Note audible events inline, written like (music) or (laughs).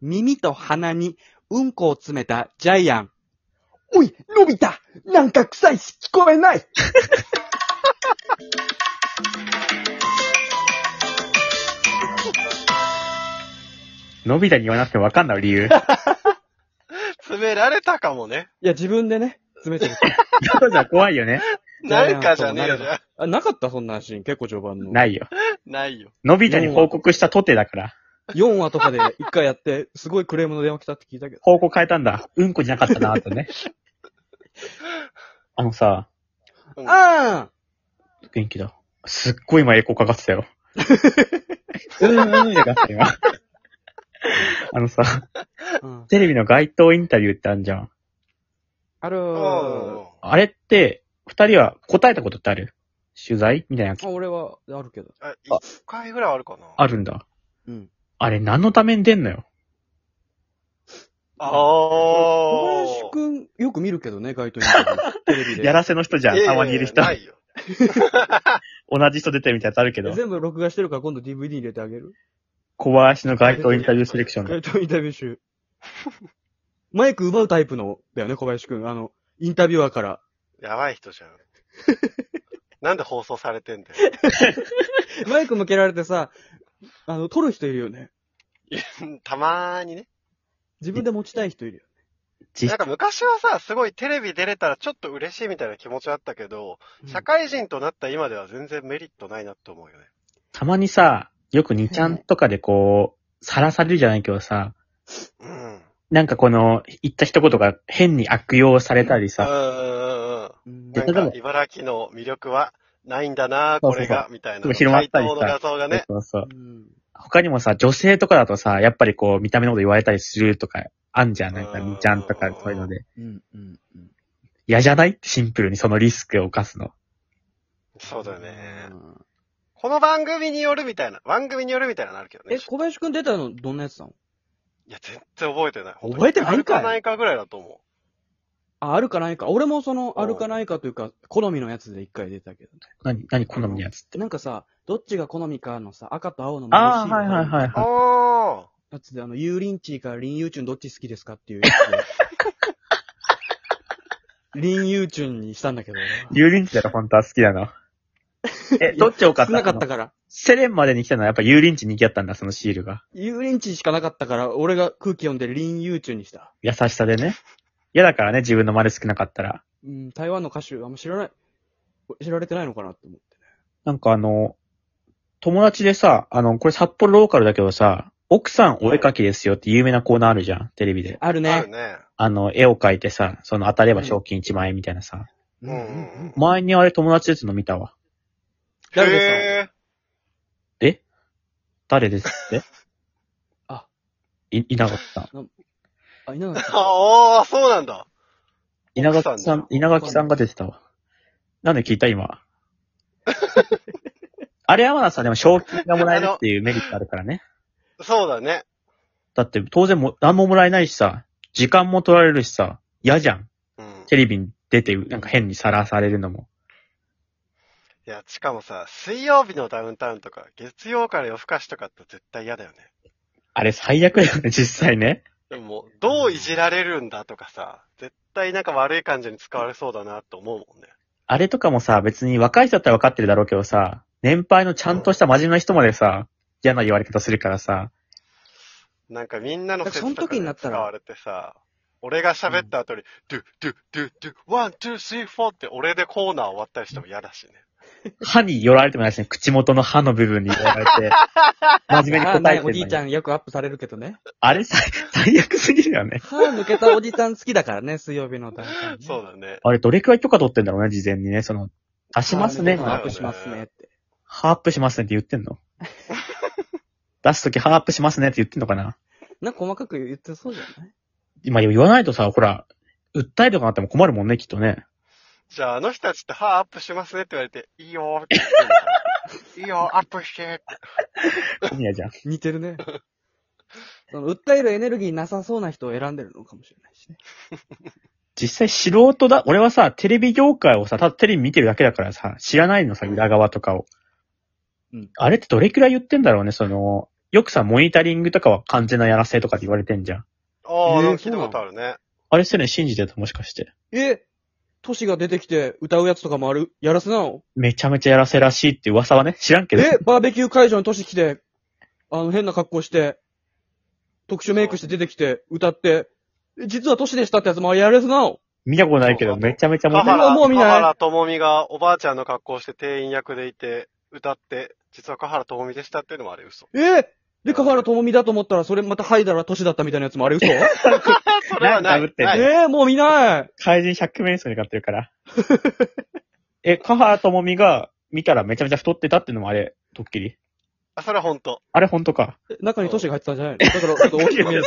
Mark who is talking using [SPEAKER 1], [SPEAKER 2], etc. [SPEAKER 1] 耳と鼻にうんこを詰めたジャイアン。
[SPEAKER 2] おい、のび太なんか臭いし聞こえない
[SPEAKER 3] のび太に言わなくてもわかんない理由。
[SPEAKER 4] 詰められたかも (laughs) ね。
[SPEAKER 1] いや、自分でね、詰めてる。
[SPEAKER 3] そうじゃ怖いよね。
[SPEAKER 4] なんかじゃねえよじゃん。
[SPEAKER 1] あ、なかったそんなシーン、結構序盤の。
[SPEAKER 3] ないよ。
[SPEAKER 4] (laughs) ないよ。
[SPEAKER 3] のび太に報告したとてだから。
[SPEAKER 1] 4話とかで一回やって、すごいクレームの電話来たって聞いたけど。
[SPEAKER 3] 報告変えたんだ。うんこじゃなかったな、とね。あのさ、
[SPEAKER 4] うん
[SPEAKER 1] あ
[SPEAKER 3] 元気だ。すっごい今エコーかかってたよ。うーん、うん、かかってた今。 (laughs) あのさ、
[SPEAKER 1] ーうん。
[SPEAKER 3] テレビの街頭インタビューってあるじゃん。
[SPEAKER 1] ある
[SPEAKER 4] う
[SPEAKER 1] ー。
[SPEAKER 4] ん。
[SPEAKER 3] あれって、二人は答えたことってある取材みたいなやつ
[SPEAKER 1] あ、。俺は、あるけど。
[SPEAKER 4] あ、一回ぐらいあるかな。
[SPEAKER 3] あるんだ。
[SPEAKER 1] うん。
[SPEAKER 3] あれ何のために出んのよ。
[SPEAKER 4] あ
[SPEAKER 1] 小
[SPEAKER 4] ー
[SPEAKER 1] 林くん、よく見るけどね、街頭インタビ
[SPEAKER 2] (laughs)
[SPEAKER 1] ュー。テレビで。
[SPEAKER 3] やらせの人じゃん。
[SPEAKER 4] いやいや
[SPEAKER 3] た
[SPEAKER 4] いや
[SPEAKER 3] まにいる人。
[SPEAKER 4] ないよ。
[SPEAKER 3] 同じ人出てるみたいなやつあるけど。
[SPEAKER 1] 全部録画してるから今度 DVD 入れてあげる。
[SPEAKER 3] 小林の街頭インタビューセレクションだ。
[SPEAKER 1] 街頭インタビュー集。マイク奪うタイプの、だよね、小林くん。あの、インタビュアーから。
[SPEAKER 4] やばい人
[SPEAKER 3] (laughs)
[SPEAKER 4] じゃん。なんで放送されてんだよ。
[SPEAKER 1] (laughs)
[SPEAKER 4] (laughs)
[SPEAKER 1] マイク向けられてさ、あの、撮る人いるよね。
[SPEAKER 4] たまーにね。
[SPEAKER 1] 自分で持ちたい人いるよ。
[SPEAKER 3] 実
[SPEAKER 4] なんか昔はさ、すごいテレビ出れたらちょっと嬉しいみたいな気持ちあったけど、社会人となった今では全然メリットないなって思うよね。
[SPEAKER 3] たまにさ、よく2ちゃんとかでこう、さらされるじゃないけどさ、
[SPEAKER 4] うん。
[SPEAKER 3] なんかこの、言った一言が変に悪用されたり
[SPEAKER 4] う
[SPEAKER 3] さ、
[SPEAKER 4] んうんうん。
[SPEAKER 1] うん
[SPEAKER 3] で
[SPEAKER 4] な
[SPEAKER 3] 例えば
[SPEAKER 4] んか、茨城の魅力はないんだな、
[SPEAKER 3] そうそ
[SPEAKER 4] こ
[SPEAKER 3] うそう
[SPEAKER 4] れが、みたいな。
[SPEAKER 3] 広まったりさ
[SPEAKER 4] 回答の画像がね。
[SPEAKER 3] そうそう。
[SPEAKER 1] うん
[SPEAKER 3] 他にもさ、女性とかだとさ、やっぱりこう、見た目のこと言われたりするとか、あんじゃん、なんか
[SPEAKER 4] うん
[SPEAKER 3] 2ちゃんとかそういうので。
[SPEAKER 1] うん、うん、うん。
[SPEAKER 3] 嫌じゃないシンプルにそのリスクを犯すの。
[SPEAKER 4] そうだよね。この番組によるみたいな、番組によるみたいなのあるけど
[SPEAKER 1] え、
[SPEAKER 4] ね。
[SPEAKER 1] 小林くん出たのどんなやつなの
[SPEAKER 4] いや、全然覚えてない。
[SPEAKER 1] 覚えてないんかい
[SPEAKER 4] あるかないかぐらいだと思
[SPEAKER 1] あ、あるかないか。俺もその、
[SPEAKER 4] うん。
[SPEAKER 1] あるかないかというか、好みのやつで一回出たけど。
[SPEAKER 3] 何、何好みのやつって。
[SPEAKER 1] なんかさ、どっちが好みかのさ、赤と青の。
[SPEAKER 3] ああ、はいはいはいいうは
[SPEAKER 4] あ
[SPEAKER 1] やつで、あの、油淋鶏か淋油チュンどっち好きですかっ
[SPEAKER 3] (laughs)
[SPEAKER 1] ていうやつで。淋油チュンにしたんだけど。
[SPEAKER 3] い。油淋鶏だろ、本当は好き
[SPEAKER 1] (laughs)
[SPEAKER 3] なの。え、どっち多かった
[SPEAKER 1] 少なかったから。
[SPEAKER 3] セレンまでに来たのはやっぱ油淋鶏人気だったんだ、そのシールが。
[SPEAKER 1] 油淋鶏しかなかったから、俺が空気読んで淋油チュンにした。
[SPEAKER 3] 優しさでね。嫌だからね、自分の丸少なかったら。
[SPEAKER 1] うん、台湾の歌手、あんま知らない、知られてないのかなって思って。
[SPEAKER 3] なんかあの、友達でさ、あの、これ札幌ローカルだけどさ、奥さんお絵かきですよって有名なコーナーあるじゃん、テレビで。
[SPEAKER 1] ある
[SPEAKER 4] あ、ある
[SPEAKER 1] ね。
[SPEAKER 4] ね。
[SPEAKER 3] あの、絵を描いてさ、その当たれば賞金1万円みたいなさ。
[SPEAKER 4] うんうんうん。
[SPEAKER 3] 前にあれ友達ですの見たわ。
[SPEAKER 1] 誰ですか
[SPEAKER 4] へ
[SPEAKER 3] え誰ですって
[SPEAKER 1] あ。
[SPEAKER 3] い、稲垣さん。
[SPEAKER 1] あ、いなかっ
[SPEAKER 4] ー。ああ、そうなんだ。
[SPEAKER 3] 稲垣
[SPEAKER 4] 奥さ
[SPEAKER 3] さ
[SPEAKER 4] んだ
[SPEAKER 3] ん、稲垣さんが出てたわ。なんで聞いた
[SPEAKER 4] (laughs)
[SPEAKER 3] 今。あれはまださ、でも賞金がもらえるっていうメリットあるからね。
[SPEAKER 4] そうだね。
[SPEAKER 3] だって当然も、何ももらえないしさ、時間も取られるしさ、嫌じゃん。
[SPEAKER 4] うん。
[SPEAKER 3] テレビに出て、なんか変にさらされるのも。
[SPEAKER 4] いや、しかもさ、水曜日のダウンタウンとか、月曜から夜更かしとかって絶対嫌だよね。
[SPEAKER 3] あれ最悪だよね、実際ね。
[SPEAKER 4] でももう、どういじられるんだとかさ、絶対なんか悪い感じに使われそうだなって思うもんね。
[SPEAKER 3] あれとかもさ、別に若い人だったら分かってるだろうけどさ、年配のちゃんとした真面目な人までさ、嫌な言われ方するからさ、
[SPEAKER 4] なんかみんなの
[SPEAKER 1] だからその時になったら
[SPEAKER 4] 使われてさ、俺が喋った後に、ドゥ、ドゥ、ドゥ、ドゥ、ワン、ツー、スリー、フォーって俺でコーナー終わったりしても嫌だしね。
[SPEAKER 3] 歯に寄られてもないしね、口元の歯の部分に寄られ
[SPEAKER 1] (laughs)
[SPEAKER 3] て、真面目に
[SPEAKER 1] た。あ、
[SPEAKER 3] 答え
[SPEAKER 1] ね、
[SPEAKER 3] て
[SPEAKER 1] お
[SPEAKER 3] る
[SPEAKER 1] じ
[SPEAKER 3] の
[SPEAKER 1] いち
[SPEAKER 3] に。
[SPEAKER 1] ゃんよくアップされるけどね。
[SPEAKER 3] あれ最最悪すぎるよね。
[SPEAKER 1] 歯抜けたおじさん好きだからね、水曜日の大会、ね。
[SPEAKER 4] そう
[SPEAKER 1] だ。
[SPEAKER 4] だね。
[SPEAKER 3] あれどれくらい許可取ってんだろうね、事前にね、その、足します
[SPEAKER 1] ア
[SPEAKER 3] ね、
[SPEAKER 4] あ
[SPEAKER 1] ッ
[SPEAKER 3] ハ
[SPEAKER 1] プしますねって。
[SPEAKER 3] ープしますねって言ってんの出すときハープしますねって言ってんのかな
[SPEAKER 1] なんか細かく言ってそうじゃない
[SPEAKER 3] 今言わないとさ、ほら、訴えとかなっても困るもんね、きっとね。
[SPEAKER 4] じゃああの人たちって歯アップしますねって言われて、いいよーって言って
[SPEAKER 1] (laughs)
[SPEAKER 4] んのかないいよ、アップしてって。
[SPEAKER 3] 小宮じゃん。
[SPEAKER 1] 似てる
[SPEAKER 4] (laughs)
[SPEAKER 1] ね。その、訴えるエネルギーなさそうな人を選んでるのかもしれないしね。
[SPEAKER 3] 実際素人だ、俺はさ、テレビ業界をさ、ただテレビ見てるだけだからさ、知らないのさ、裏側とかを。
[SPEAKER 1] うん
[SPEAKER 3] あれってどれくらい言ってんだろうね、その、よくさ、モニタリングとかは完全なやらせとかって言われてんじゃん。
[SPEAKER 4] ああ、
[SPEAKER 1] えー
[SPEAKER 4] なんか聞いたことあるね。
[SPEAKER 3] あれすでに信じてたもしかして。
[SPEAKER 1] え都市が出てきて歌うやつとかもある、やらせなの
[SPEAKER 3] めちゃめちゃやらせらしいって噂はね、知らんけど。
[SPEAKER 1] えバーベキュー会場に都市来て、あの変な格好して、特殊メイクして出てきて、歌って、え実は都市でしたってやつもあれやらせなの
[SPEAKER 3] 見たことないけど、
[SPEAKER 4] そうなの
[SPEAKER 3] めちゃめちゃモ
[SPEAKER 4] 河
[SPEAKER 3] テる。
[SPEAKER 1] は
[SPEAKER 4] 原、
[SPEAKER 1] もう見ない
[SPEAKER 4] 河原智美がおばあちゃんの格好して店員役でいて、歌って、実は河原智美でしたっていうのもあれ嘘。
[SPEAKER 1] えで、河原智美だと思ったら、それまた剥いだら都市だったみたいなやつもあれ嘘え
[SPEAKER 4] それは
[SPEAKER 3] な
[SPEAKER 4] な
[SPEAKER 3] んか被っ
[SPEAKER 4] い。
[SPEAKER 3] てんね
[SPEAKER 4] ない
[SPEAKER 1] えもう見ない
[SPEAKER 3] 怪人100名相に勝ってるから。 (laughs) え、カハともみが見たらめちゃめちゃ太ってたっていうのもあれ、ドッキリ。
[SPEAKER 4] あ、それは本当。
[SPEAKER 3] あれ本当か。
[SPEAKER 1] え中に都市が入ってたんじゃないのだから、ちょっと大きく見える。